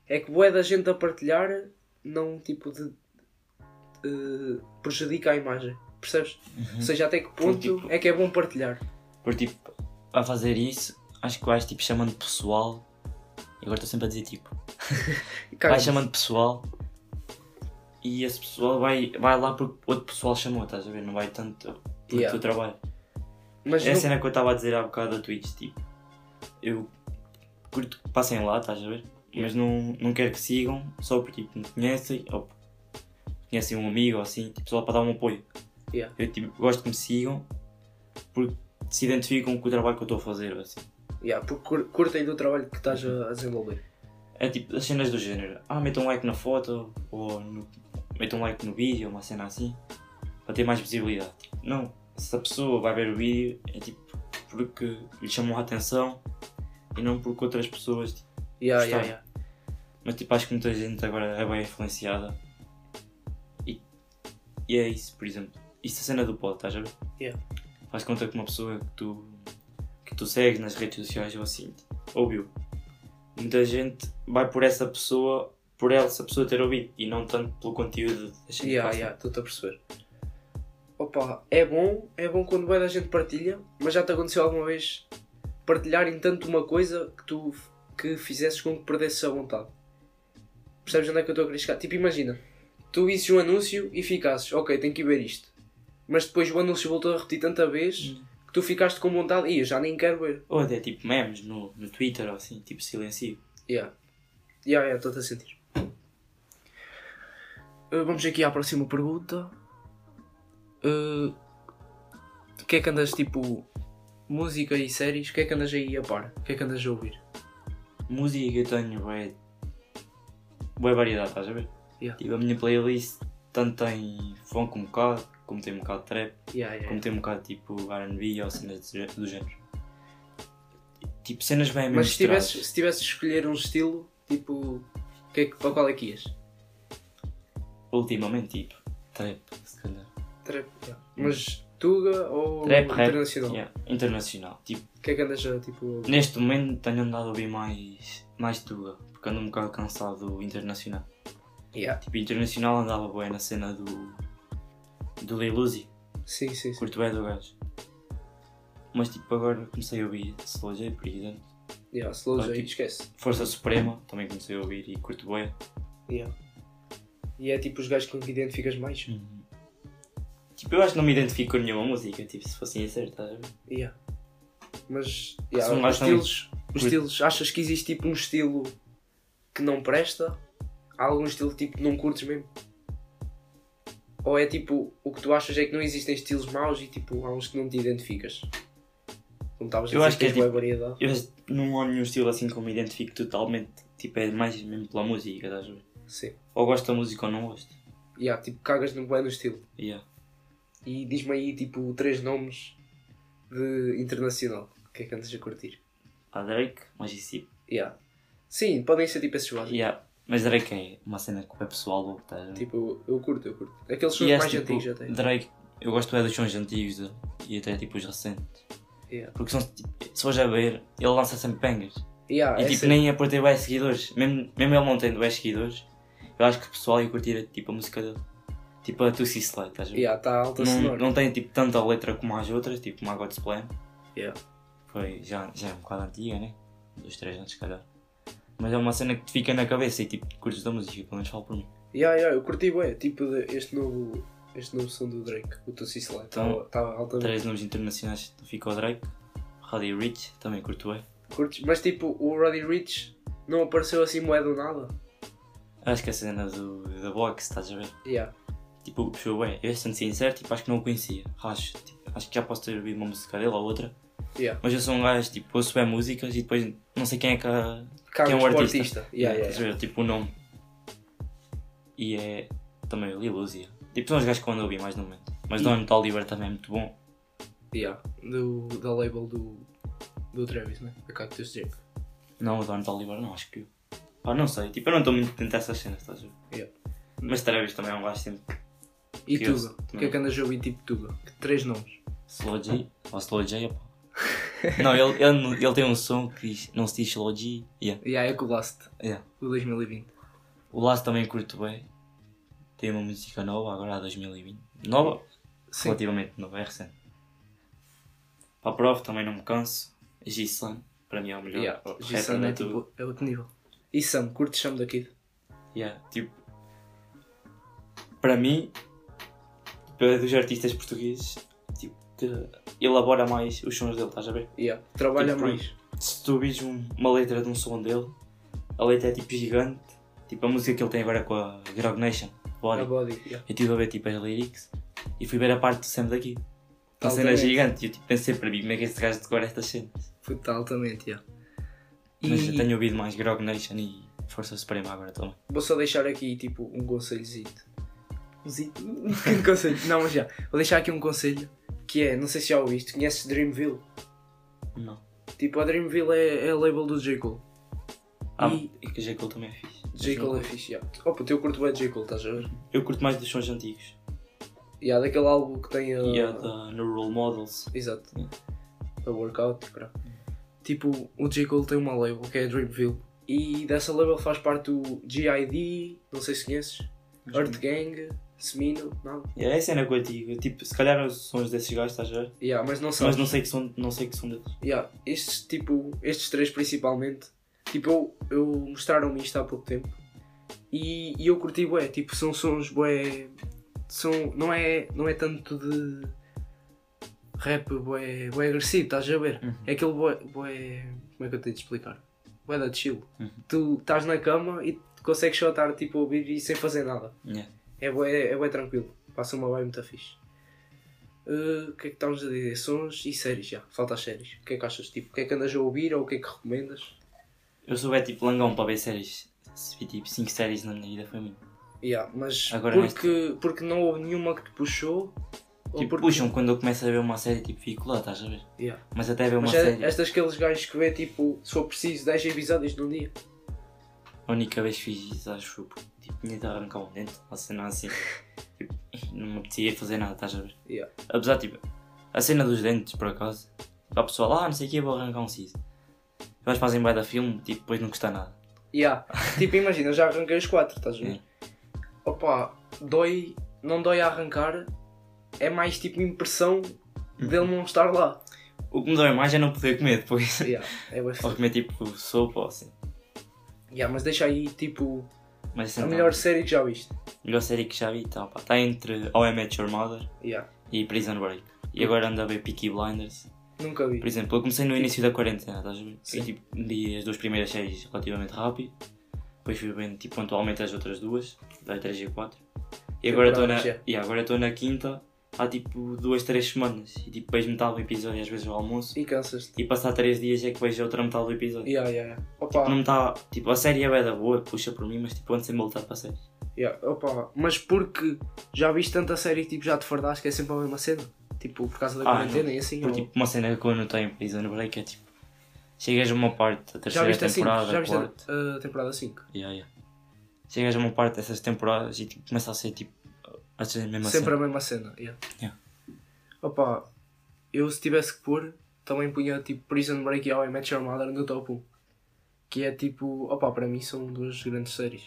S1: é que bué da gente a partilhar não, tipo, de, eh, prejudica a imagem? Percebes? Ou seja, até que ponto
S2: Uhum. Tipo-
S1: é que é bom partilhar?
S2: Por tipo, a fazer isso, acho que vais tipo chamando pessoal. E agora estou sempre a dizer tipo,
S1: Cara,
S2: vais chamando pessoal e esse pessoal vai, vai lá porque outro pessoal chamou, estás a ver? Não vai tanto porque
S1: Yeah.
S2: o teu trabalho.
S1: mas
S2: É a
S1: não-
S2: cena que eu estava a dizer há bocado da Twitch, tipo, eu curto que passem lá, estás a ver? Mas não, não quero que sigam só porque tipo, me conhecem ou conhecem um amigo ou assim, tipo, só para dar um apoio.
S1: Yeah.
S2: Eu tipo, gosto que me sigam porque se identificam com o trabalho que eu estou a fazer ou assim.
S1: Yeah, porque cur- curtem do trabalho que estás a a desenvolver.
S2: É tipo as cenas do género. Ah, metam um like na foto ou no, metam um like no vídeo, uma cena assim, para ter mais visibilidade. Tipo, não, se a pessoa vai ver o vídeo é tipo porque lhe chamou a atenção e não porque outras pessoas. tipo.
S1: Yeah, yeah,
S2: Gostaram.
S1: yeah.
S2: Mas tipo, acho que muita gente agora é bem influenciada. E, e é isso, por exemplo. Isso é a cena do pod, estás a ver?
S1: Yeah.
S2: Faz conta que uma pessoa que tu, que tu segues nas redes sociais ou assim, tipo, ouviu. Muita gente vai por essa pessoa, por ela, essa pessoa ter ouvido e não tanto pelo conteúdo da gente.
S1: Yeah,
S2: que
S1: yeah, estou-te a perceber. Opa, é bom, é bom quando bem da gente partilha, mas já te aconteceu alguma vez partilharem tanto uma coisa que tu que fizesses com que perdesses a vontade? Percebes onde é que eu estou a querer chegar? Tipo, imagina, tu visses um anúncio e ficasses, ok, tenho que ir ver isto. Mas depois o anúncio voltou a repetir tanta vez que tu ficaste com vontade e eu já nem quero ver.
S2: Ou até tipo memes no, no Twitter ou assim, tipo silencio.
S1: Yeah. Yeah, yeah, estou-te a sentir. Eh, Uh, vamos aqui à próxima pergunta. Uh, O que é que andas tipo. Música e séries, o que é que andas aí a par? O que é que andas a ouvir?
S2: Música que eu tenho é. Boa variedade, estás a ver?
S1: Yeah.
S2: Tipo, a minha playlist tanto tem funk um bocado, como tem um bocado de trap,
S1: Yeah, yeah,
S2: como
S1: yeah.
S2: tem um bocado tipo RB ou cenas do gé- do género. Tipo, cenas bem
S1: Mas se
S2: misturadas.
S1: tivesses, se tivesses de escolher um estilo, tipo. o Que é que, para qual é que ias?
S2: Ultimamente, tipo, trap, se calhar.
S1: Trap, yeah. Mas Tuga ou
S2: Trap, rap,
S1: internacional?
S2: yeah, internacional. Tipo,
S1: O que é que andas a tipo. a ouvir?
S2: neste momento tenho andado a ouvir mais, mais Tuga, porque ando um bocado cansado do internacional.
S1: Yeah.
S2: Tipo, internacional andava bem na cena do. do Lil Uzi.
S1: Sim, sim, sim.
S2: Curto bem do gajo. Mas tipo, agora comecei a ouvir Slow J, por exemplo.
S1: Yeah, Slow
S2: Ah,
S1: J,
S2: tipo-
S1: esquece.
S2: Força Suprema, também comecei a ouvir e curto bem.
S1: Yeah. E é tipo os gajos que identificas mais?
S2: Tipo, eu acho que não me identifico com nenhuma música, tipo, se fosse sincero, estás a ver?
S1: Yeah. Mas
S2: Porque
S1: yeah,
S2: são
S1: os,
S2: gajos também-
S1: estilos, os estilos, achas que existe tipo um estilo que não presta? Há algum estilo tipo que não curtes mesmo? Ou é tipo, o que tu achas é que não existem estilos maus e tipo, há uns que não te identificas? Como estavas a
S2: Eu
S1: dizer,
S2: acho que
S1: tens
S2: é, tipo,
S1: boa variedade.
S2: Eu acho que não há nenhum estilo assim que eu me identifico totalmente, tipo, é mais mesmo pela música, estás a ver?
S1: Sim.
S2: Ou gosto da música ou não gosto.
S1: E há tipo, cagas no bem no estilo.
S2: Yeah.
S1: E diz-me aí tipo três nomes de internacional. O que é que andas a curtir?
S2: Há Drake, mas isso tipo.
S1: Yeah. Sim, podem ser tipo esses básicos.
S2: Yeah. Mas Drake é uma cena que é pessoal, louco, estás a ver?
S1: Tipo, eu curto, eu curto. Aqueles são
S2: E
S1: os
S2: acho,
S1: mais
S2: tipo,
S1: antigos até.
S2: Drake, eu gosto é dos sons antigos dele, e até tipo os recentes.
S1: Yeah.
S2: Porque são, tipo, se fores a ver, ele lança sempre bangers.
S1: Yeah,
S2: E
S1: é
S2: tipo,
S1: sempre-
S2: nem é por ter bué seguidores. Mesmo, mesmo ele não tendo bué seguidores, eu acho que o pessoal ia curtir tipo, a música dele. Tipo a Tussie Slay, estás a ver?
S1: Yeah, tá alta
S2: Não,
S1: sonora.
S2: não tem tipo tanta letra como as outras, tipo como a God's Plan.
S1: Yeah.
S2: Foi, já, já é um bocado antiga, né? Dois, três anos, se calhar. Mas é uma cena que te fica na cabeça e tipo, curtes da música, pelo menos falo por mim.
S1: Yeah, yeah, eu curti bem, tipo de- este novo, este novo som do Drake, o Tussie Slide,
S2: Então,
S1: estava tá alta
S2: Três nomes internacionais, ficou o Drake, Roddy Rich, também curto é. bem.
S1: Curtes? Mas tipo, o Roddy Rich não apareceu assim moeda do nada.
S2: Acho que a cena do, da box, estás a ver?
S1: Yeah.
S2: Tipo, puxou bem. Eu sendo sincero, tipo, acho que não o conhecia. Acho, tipo, acho que já posso ter ouvido uma música dele ou outra.
S1: Yeah.
S2: Mas eu sou um gajo, tipo, ouço bem músicas e depois não sei quem é que, a-
S1: Cagas
S2: quem é o
S1: para Ah, tipo, o
S2: artista.
S1: artista. Yeah, yeah,
S2: Estás a ver? Tipo, o nome. E é também o Lil Uzi. Tipo, são os gajos que eu ando a ouvir mais no momento. Mas
S1: E-
S2: Don Toliver também é muito bom.
S1: yeah. Do, da label do, do Travis, né? Da Cactus Jack.
S2: Não, o Don Toliver não, acho que eu. Pá, não sei. Tipo, eu não estou muito atento a essas cenas, estás a ver?
S1: Yeah.
S2: Mas Travis também é um gajo sempre.
S1: E
S2: Que
S1: Tuga.
S2: eu-
S1: O que é que andas a ouvir tipo Tuga? Que três nomes.
S2: Slow J. Ou Slow J, pá. não, ele, ele, ele tem um som que diz, não se diz Slow J. Yeah.
S1: Yeah, é com o Last,
S2: Yeah.
S1: o 2020.
S2: O Laço também curto bem. Tem uma música nova, agora há 2020. Nova?
S1: Sim.
S2: Relativamente nova, é recente. Para a prova também não me canso. Gislan, para mim é o melhor.
S1: Yeah.
S2: rapper
S1: Jason
S2: da
S1: é
S2: tuba.
S1: tipo, é outro nível. E Sam, curtes Sam da Kid?
S2: Yeah, tipo, para mim, tipo, é dos artistas portugueses tipo, que elabora mais os sons dele, estás a ver?
S1: Yeah. Trabalha
S2: Tipo,
S1: mais.
S2: Se tu ouvires um- uma letra de um som dele, a letra é tipo gigante. Tipo a música que ele tem agora com a Grog Nation, Body.
S1: A É body. Yeah.
S2: Eu estive a ver tipo as lyrics e fui ver a parte do Sam daqui. Uma cena
S1: Altamente.
S2: gigante. E eu tipo, pensei para mim como é que este gajo decora estas cenas.
S1: Puta, altamente, yeah.
S2: Mas
S1: E
S2: eu tenho ouvido mais Grog Nation e Força Suprema agora também.
S1: vou só deixar aqui tipo um conselhozito. Um zito? Um pequeno conselho. Não, mas já. Vou deixar aqui um conselho que é, não sei se já ouviste, conheces Dreamville?
S2: Não.
S1: Tipo, a Dreamville é, é a label do J. Cole.
S2: Ah,
S1: E-
S2: e que J. Cole também é fixe.
S1: J. Cole é fixe, yeah. Oh puto, eu curto bem J. Cole, estás a ver?
S2: Eu curto mais dos sons antigos.
S1: E há daquele álbum que tem a...
S2: E a da No Role Models.
S1: Exato.
S2: Yeah.
S1: A workout, cara. Tipo, o J. Cole tem uma label que é a Dreamville. E dessa label faz parte o G.I.D., não sei se conheces, Earth
S2: Uhum.
S1: Gang, Semino, nada.
S2: É a cena que eu digo. Tipo, se calhar os sons desses gajos, estás a ver?
S1: Yeah, mas não são.
S2: Mas não sei que som, não sei que som deles.
S1: Yeah, estes, tipo, estes três principalmente. Tipo, eu, eu mostraram-me isto há pouco tempo. E, e eu curti, bué. Tipo, são sons, bué. São, não, é, não é tanto de rap, bué, bué agressivo, estás a ver?
S2: Uhum.
S1: É aquele bué, bué. Como é que eu tenho de explicar? Bué da chill.
S2: Uhum.
S1: Tu estás na cama e consegues só estar tipo, a ouvir e sem fazer nada.
S2: Yeah.
S1: É bué, é bué tranquilo. Passa uma vibe muito fixe. Eh, o que é que estávamos a dizer? Sons e séries, já. Falta as séries. O que é que achas? Tipo, o que é que andas a ouvir ou o que é que recomendas?
S2: Eu sou é tipo langão para ver séries. Se vi tipo 5 séries na minha vida foi muito.
S1: Yeah, mas
S2: Agora
S1: porque, porque não houve nenhuma que te puxou? ou
S2: Tipo,
S1: porque...
S2: puxam quando eu começo a ver uma série, tipo, fico lá, estás a ver?
S1: Yeah.
S2: Mas até ver uma
S1: Mas é,
S2: série,
S1: estas aqueles gajos que vê, tipo, se for preciso, 10 episódios num dia.
S2: a única vez que fiz isso, acho que foi porque, tipo, tinha de arrancar um dente, uma cena assim. tipo, não me apetecia fazer nada, estás a ver?
S1: Yeah.
S2: Apesar, tipo, a cena dos dentes, por acaso. Tipo, a pessoa lá, ah, não sei o que, vou arrancar um siso. Eles fazem bem da filme, tipo, depois não custa nada.
S1: Yeah. tipo, imagina, já arranquei os 4, estás a ver?
S2: Yeah.
S1: Opa, dói, não dói a arrancar, é mais tipo impressão
S2: Uhum.
S1: dele não estar lá.
S2: O que me dói mais é não poder comer depois.
S1: Yeah, é bué
S2: Ou
S1: foda.
S2: comer, tipo, sopa ou assim.
S1: yeah, mas deixa aí, tipo,
S2: Mas assim,
S1: a
S2: não.
S1: melhor série que já viste.
S2: melhor série que já vi, tá, pá. Está entre How I Met Your Mother
S1: Yeah.
S2: e Prison Break. E agora ando a ver Peaky Blinders.
S1: Nunca vi.
S2: Por exemplo, eu comecei no início da quarentena, estás a ver?
S1: Sim.
S2: E tipo, li as duas primeiras séries relativamente rápido, depois fui vendo tipo, pontualmente as outras duas, da 3 e 4. E agora estou na,
S1: Temporadas, já.
S2: e agora estou na quinta há tipo duas, três semanas. E tipo, vejo metade do episódio às vezes ao almoço.
S1: E cansas-te.
S2: E passar três dias é que vejo a outra metade do episódio.
S1: Yeah, yeah, yeah. Opa,
S2: Não me tá, tipo, a série é bué da boa, puxa por mim, mas tipo, ando sem voltar para a série.
S1: yeah, opa, mas porque já viste tanta série que tipo, já te fardaste que é sempre a mesma cena? Tipo, por causa da
S2: Ah,
S1: quarentena
S2: não.
S1: e assim?
S2: Porque
S1: ou-
S2: tipo, uma cena que eu não tenho em Prison Break é tipo, chegas a uma parte, a
S1: já
S2: terceira
S1: viste a cinco?
S2: temporada,
S1: Já viste
S2: quarta.
S1: a, a temporada 5?
S2: Yeah, yeah. Chegas a uma parte dessas temporadas e tipo, começa a ser tipo. A ser mesmo
S1: Sempre
S2: assim.
S1: a mesma cena. Yeah.
S2: Yeah.
S1: Opa, eu se tivesse que pôr, também punha tipo Prison Break e How I Met Your Mother no top 1. Que é tipo, opa, para mim são duas grandes séries.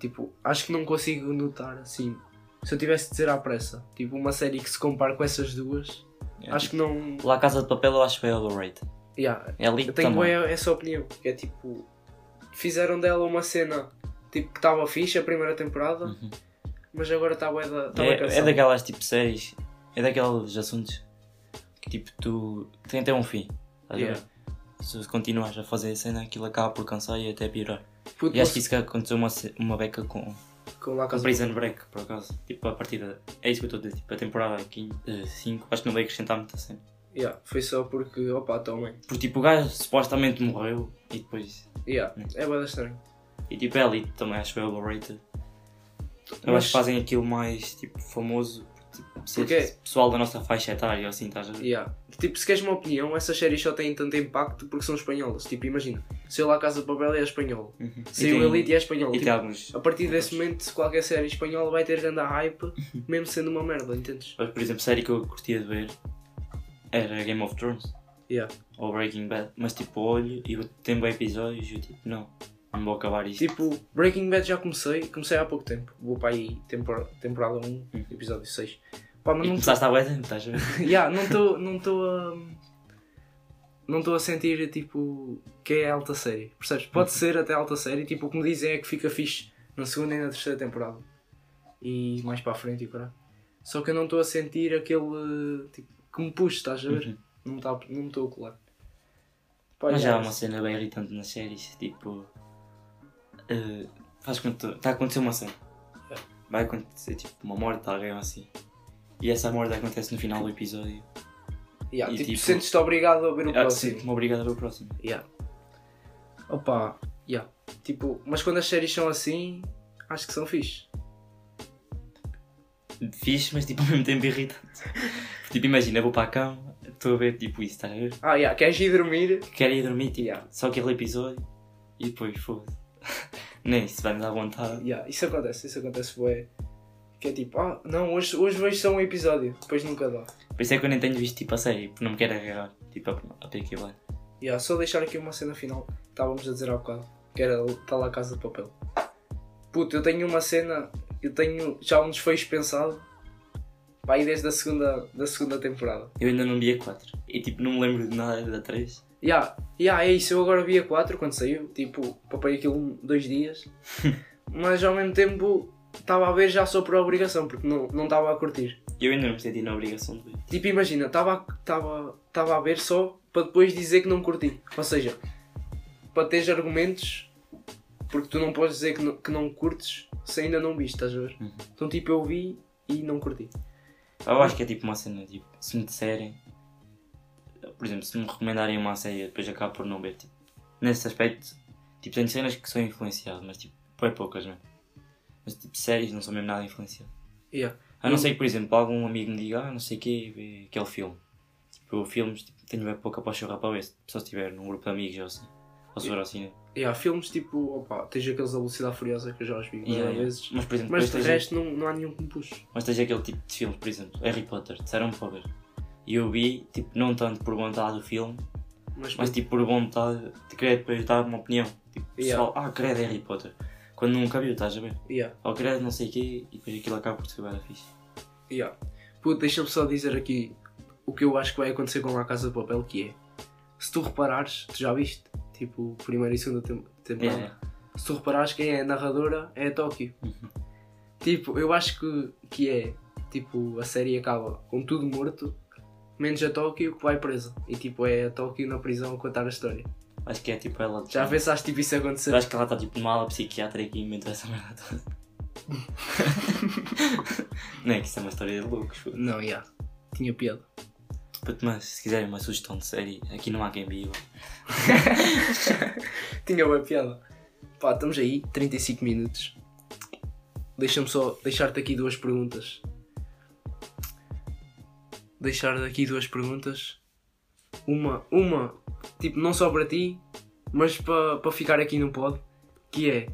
S1: Tipo, acho que não consigo notar assim. Se eu tivesse de dizer à pressa, tipo, uma série que se compare com essas duas,
S2: É,
S1: acho que não.
S2: tipo, Lá Casa de Papel eu acho que é overrated.
S1: Yeah,
S2: É ali
S1: eu
S2: que
S1: tenho
S2: também.
S1: bem essa opinião, que é tipo, fizeram dela uma cena tipo, que estava fixe a primeira temporada,
S2: Uhum.
S1: mas agora está bué da. Tá bué
S2: É, é
S1: cansada.
S2: daquelas tipo séries. É daqueles assuntos que tipo tu. que tem até um fim. estás a
S1: Yeah.
S2: ver? Se continuares a fazer a cena, aquilo acaba por cansar e até piorar.
S1: Puto,
S2: E acho que isso que aconteceu uma, ce- uma beca com,
S1: com La
S2: com
S1: Casa de
S2: Prison Break, por acaso. Tipo, a partida. É isso que eu estou a dizer. Tipo, a temporada 5, acho que não vai acrescentar muito a cena.
S1: Yeah, foi só porque, opa, tá também.
S2: Porque tipo, o gajo supostamente morreu e depois
S1: Yeah,
S2: Hum.
S1: é bada estranho.
S2: E tipo, é ali também acho que é overrated. Eu
S1: Mas-
S2: acho que fazem aquilo mais tipo famoso, tipo, ser
S1: Porque- é
S2: pessoal da nossa faixa etária, ou assim, estás a ver?
S1: Yeah. Tipo, se queres uma opinião, essas séries só têm tanto impacto porque são espanholas. Tipo, imagina, se eu lá Casa de Papel é espanhol,
S2: Uhum.
S1: se o
S2: tem-
S1: Elite é espanhol.
S2: E
S1: tipo,
S2: tem alguns.
S1: a partir desse momento, qualquer série espanhola vai ter grande hype, mesmo sendo uma merda, entendes?
S2: Mas, por exemplo, série que eu curtia de ver era Game of Thrones
S1: Yeah.
S2: ou Breaking Bad, mas tipo, olho e eu tenho bem episódios e eu tipo, não, não vou acabar isto.
S1: Tipo, Breaking Bad já comecei, comecei há pouco tempo. Vou para aí, tempor- temporada 1, episódio 6. Pá, mas
S2: Hum. e
S1: não
S2: começaste a bué tempo, estás a ver?
S1: yeah, não estou não estou a não estou a sentir tipo que é alta série percebes pode ser até alta série tipo o que me dizem é que fica fixe na segunda e na terceira temporada e mais para a frente e para só que eu não estou a sentir aquele tipo que me puxa estás a ver
S2: Uhum.
S1: não me tá- não me estou a colar Pá,
S2: Mas já há
S1: yeah,
S2: uma cena bem irritante nas séries, tipo. eh, faz com que está a acontecer uma cena.
S1: É.
S2: Vai acontecer tipo uma morte de alguém ou assim. E essa morte acontece no final do episódio.
S1: yeah,
S2: e,
S1: tipo,
S2: tipo,
S1: sentes-te obrigado a ver o
S2: Ah,
S1: próximo
S2: Sinto-me obrigado a ver o próximo.
S1: Yeah. Opa, yeah. Tipo, mas quando as séries são assim, acho que são fixe.
S2: Fixe, mas tipo ao mesmo tempo irritante. tipo, imagina, eu vou para a cama, estou a ver tipo isso, estás a ver?
S1: Ah, yeah, queres ir dormir?
S2: Quero ir dormir, tipo,
S1: Yeah.
S2: só aquele episódio e depois foda-se. Nem isso vai-me dar vontade.
S1: Yeah, isso acontece, isso acontece bué. Que é tipo, ah, não, hoje, hoje vejo só um episódio, depois nunca dá.
S2: Por isso é que eu nem tenho visto tipo a série, porque não me quero agarrar, tipo a, a Peaky Blinders.
S1: Yeah, só deixar aqui uma cena final, que estávamos a dizer há bocado, que era está lá a Casa de Papel. Puto, eu tenho uma cena, eu tenho já um desfecho pensado, pá, aí desde a segunda, da segunda temporada.
S2: Eu ainda não vi a 4. E tipo, não me lembro de nada da 3.
S1: Yeah, yeah, é isso, eu agora vi a 4 quando saiu, tipo, papei aquilo um- dois dias, mas ao mesmo tempo estava a ver já só por obrigação, porque não não estava a curtir.
S2: Eu ainda não me senti na obrigação de ver.
S1: Tipo, imagina, estava tava, tava a ver só para depois dizer que não curti. Ou seja, para teres argumentos, porque tu não podes dizer que não,
S2: Uhum.
S1: que não curtes se ainda não viste, estás a ver? Então, tipo, eu vi e não curti.
S2: Eu acho que é tipo uma cena, tipo, se me disserem, por exemplo, se me recomendarem uma série, depois acabo por não ver, tipo, nesse aspecto, tipo, tenho cenas que sou influenciado, mas tipo, é poucas, não é? Mas tipo, séries não sou mesmo nada influenciado.
S1: Yeah.
S2: A não
S1: Hum.
S2: ser que, por exemplo, algum amigo me diga, ah, não sei o quê, vê aquele filme. Tipo, eu filmes, tipo, tenho bem pouca para chorar para ver, se- só se estiver num grupo de amigos ou assim, ou se for ao cinema.
S1: E há filmes tipo, opa, tens aqueles da Velocidade Furiosa que eu já os vi
S2: Yeah,
S1: várias
S2: yeah.
S1: vezes.
S2: Mas, por exemplo,
S1: Mas é
S2: depois
S1: de
S2: tens- um-
S1: resto não, não há nenhum que me puxe.
S2: Mas tens aquele tipo de filmes, por exemplo, Harry Potter, disseram-me para ver. E eu vi, tipo, não tanto por vontade do filme,
S1: Mas,
S2: mas tipo por vontade de querer depois dar uma opinião. Tipo,
S1: Yeah.
S2: pessoal, ah, credo é Harry Potter. Quando nunca viu, estás a ver?
S1: yeah,
S2: Ou credo não sei o quê, e depois aquilo acaba por te bem fixe.
S1: yeah. Puto, deixa-me só dizer aqui o que eu acho que vai acontecer com La Casa de Papel, que é se tu reparares, tu já viste, tipo, primeira e segunda tem- temporada.
S2: Yeah, yeah.
S1: se tu reparares quem é a narradora é a Tóquio. Tipo, eu acho que, que é tipo a série acaba com tudo morto, menos a Tóquio que vai presa. E tipo é a Tóquio na prisão a contar a história.
S2: Acho que é tipo ela.
S1: Já pensaste tipo isso acontecer?
S2: Eu acho que ela está tipo numa ala psiquiátrica e inventou essa merda toda. não é que isso é uma história de loucos. puto.
S1: Não, já. Tinha piada.
S2: Puto, Mas se quiserem uma sugestão de série, aqui não há quem viva.
S1: Tinha uma piada. Pá, estamos aí, 35 minutos. Deixa-me só deixar-te aqui duas perguntas. Deixar-te aqui duas perguntas. Uma, uma, tipo, não só para ti, mas para para ficar aqui no pod, que é,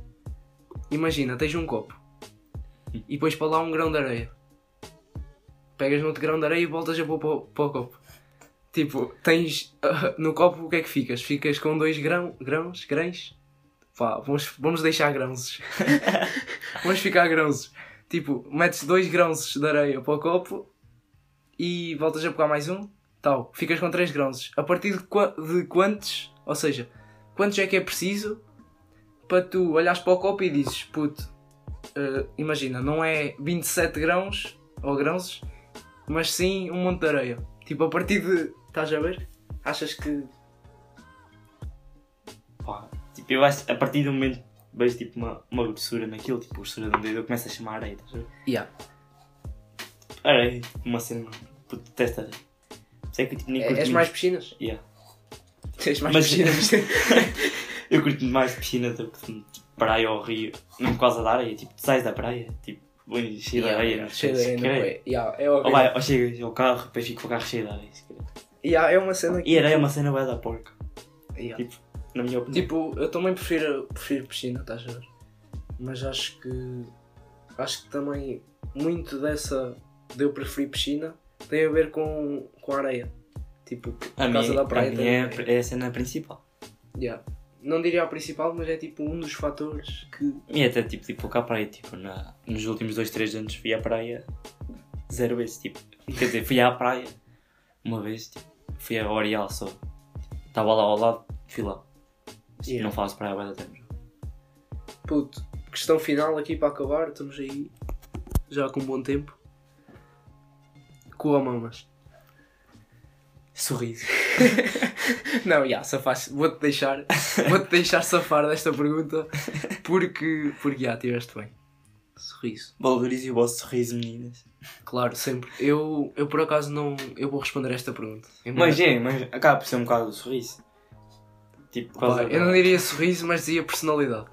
S1: imagina, tens um copo e depois para lá um grão de areia. Pegas no outro grão de areia e voltas a pôr para, o- para o copo. Tipo, tens ah, no copo o que é que ficas? Ficas com dois grão, grãos, grãos? Pá, vamos, vamos deixar grãos. vamos ficar grãos. Tipo, metes dois grãos de areia para o copo e voltas a pegar mais um, tal, ficas com três grãos. A partir de, qua- de quantos, ou seja, quantos é que é preciso para tu olhares para o copo e dizes, puto, eh, imagina, não é 27 grãos ou grãos, mas sim um monte de areia. Tipo, a partir de. Estás a ver? Achas que.
S2: Pá, tipo, eu acho a partir do momento que vejo tipo uma, uma grossura naquilo, tipo, a grossura de um dedo, eu começo a chamar areia, estás a ver?
S1: Yeah.
S2: Areia, tipo, uma cena, puto, detesto areia. Por isso é que eu tipo, nem curto
S1: És
S2: muito-
S1: mais piscinas?
S2: Yeah.
S1: És mais
S2: Mas-
S1: piscinas.
S2: Eu curto muito mais piscina do que tipo, praia ou rio, não por causa da areia, tipo, tu sais da praia, tipo, bem cheio de areia, nos
S1: Cheio de
S2: pés,
S1: areia no
S2: creio.
S1: pé. Yeah, é
S2: Ou
S1: horrível.
S2: vai, ou chegas ao carro, depois fica o carro cheio de areia, se calhar.
S1: Yeah, é uma cena que.
S2: E areia é uma cena bué da porca,
S1: Yeah.
S2: tipo, na minha opinião.
S1: Tipo, eu também prefiro, prefiro piscina, estás a ver? Mas acho que. Acho que também muito dessa de eu preferir piscina tem a ver com, com a areia. Tipo, por
S2: a minha,
S1: causa da praia
S2: a
S1: tem
S2: minha
S1: areia.
S2: é, é a cena principal.
S1: Yeah. Não diria a principal, mas é tipo um dos fatores que.
S2: E até tipo, tipo, cá à praia, tipo, na, nos últimos 2, 3 anos fui à praia zero vezes, tipo, quer dizer, fui à praia uma vez, tipo, fui a Orial só. Estava lá ao lado, fui lá. Mas, tipo,
S1: Yeah.
S2: Não faço praia há bué da tempo.
S1: Puto, questão final aqui para acabar, estamos aí já com um bom tempo. Coa mamas.
S2: Sorriso.
S1: Não, já, safaste. Vou-te deixar, vou-te deixar safar desta pergunta porque, porque já estiveste bem. Sorriso.
S2: Valorize o vosso sorriso, meninas.
S1: Claro, sempre. Eu, eu por acaso não. Eu vou responder esta pergunta. Eu
S2: Mas é, mas acaba por ser um bocado do sorriso. Tipo, por
S1: Pá,
S2: causa
S1: eu
S2: da-
S1: não diria sorriso, mas dizia personalidade.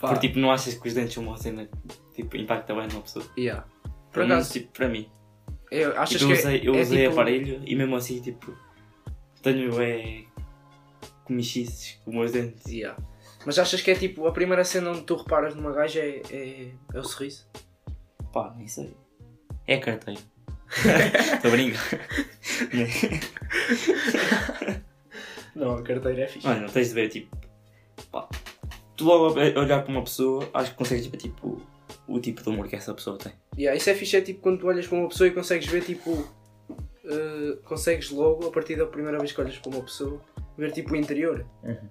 S1: Pá,
S2: Porque tipo, não achas que os dentes são uma cena que tipo, impacta bem na pessoa?
S1: yeah. Por
S2: Pelo menos,
S1: acaso,
S2: tipo, para mim.
S1: eu, achas
S2: Tipo, eu
S1: que.
S2: usei, eu
S1: é
S2: usei
S1: tipo-
S2: aparelho e mesmo assim, tipo, tenho é, comichices com os meus dentes.
S1: Yeah. Mas achas que é tipo a primeira cena onde tu reparas numa gaja é, é, é o sorriso?
S2: Pá, nem sei. É carteiro. Estou brincando.
S1: Não, a carteira é fixe.
S2: Mano, tens de ver, tipo, pá. Tu logo a olhar para uma pessoa, acho que consegues ver, tipo, o tipo de humor que essa pessoa tem.
S1: Yeah, isso é fixe, é tipo quando tu olhas para uma pessoa e consegues ver tipo. eh, consegues logo, a partir da primeira vez que olhas para uma pessoa, ver tipo o interior.
S2: Uhum.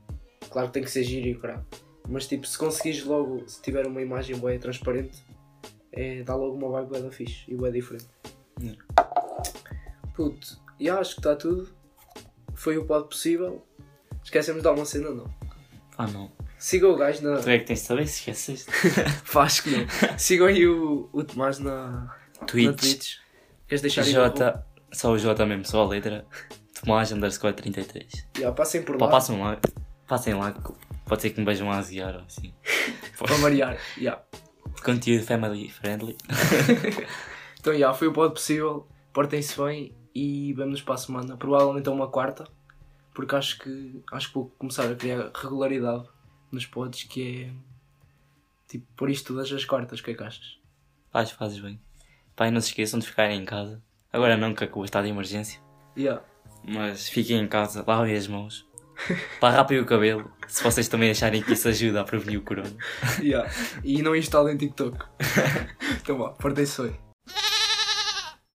S1: Claro que tem que ser giro e o caralho. Mas tipo, se conseguires logo, se tiver uma imagem boa e transparente, é, dá logo uma vibe bué da fixe e bem diferente.
S2: Yeah.
S1: Puto, e acho que está tudo. Foi o pod possível. Esquecemos de alguma cena, não.
S2: Ah, não.
S1: Siga o gajo na.
S2: Tu é que tens de saber se esqueceste.
S1: Acho que não. Sigam aí o, o Tomás na, na
S2: Twitch.
S1: Twitch. Queres deixar aí o arroba?
S2: J, só o J mesmo, só a letra. Tomás underscore 33.
S1: Já, passem por
S2: Pá,
S1: lá
S2: passem lá. Passem lá. que Pode ser que me vejam lá a guiar ou assim.
S1: para variar. Já.
S2: Conteúdo family friendly.
S1: Então, já, foi o pod possível. Portem-se bem e vemo-nos para a semana. Provavelmente é uma quarta, porque acho que, acho que vou começar a criar regularidade nos pods, que é tipo por isto todas as quartas. O que é que achas?
S2: Faz, fazes bem. Pá, e não se esqueçam de ficarem em casa. Agora não, que acabou o estado de emergência.
S1: Já.
S2: Mas fiquem em casa, lavem as mãos. Pá, rapem o cabelo. Se vocês também acharem que isso ajuda a prevenir o corona.
S1: Yeah. E não instalem TikTok. então vá, portem-se bem.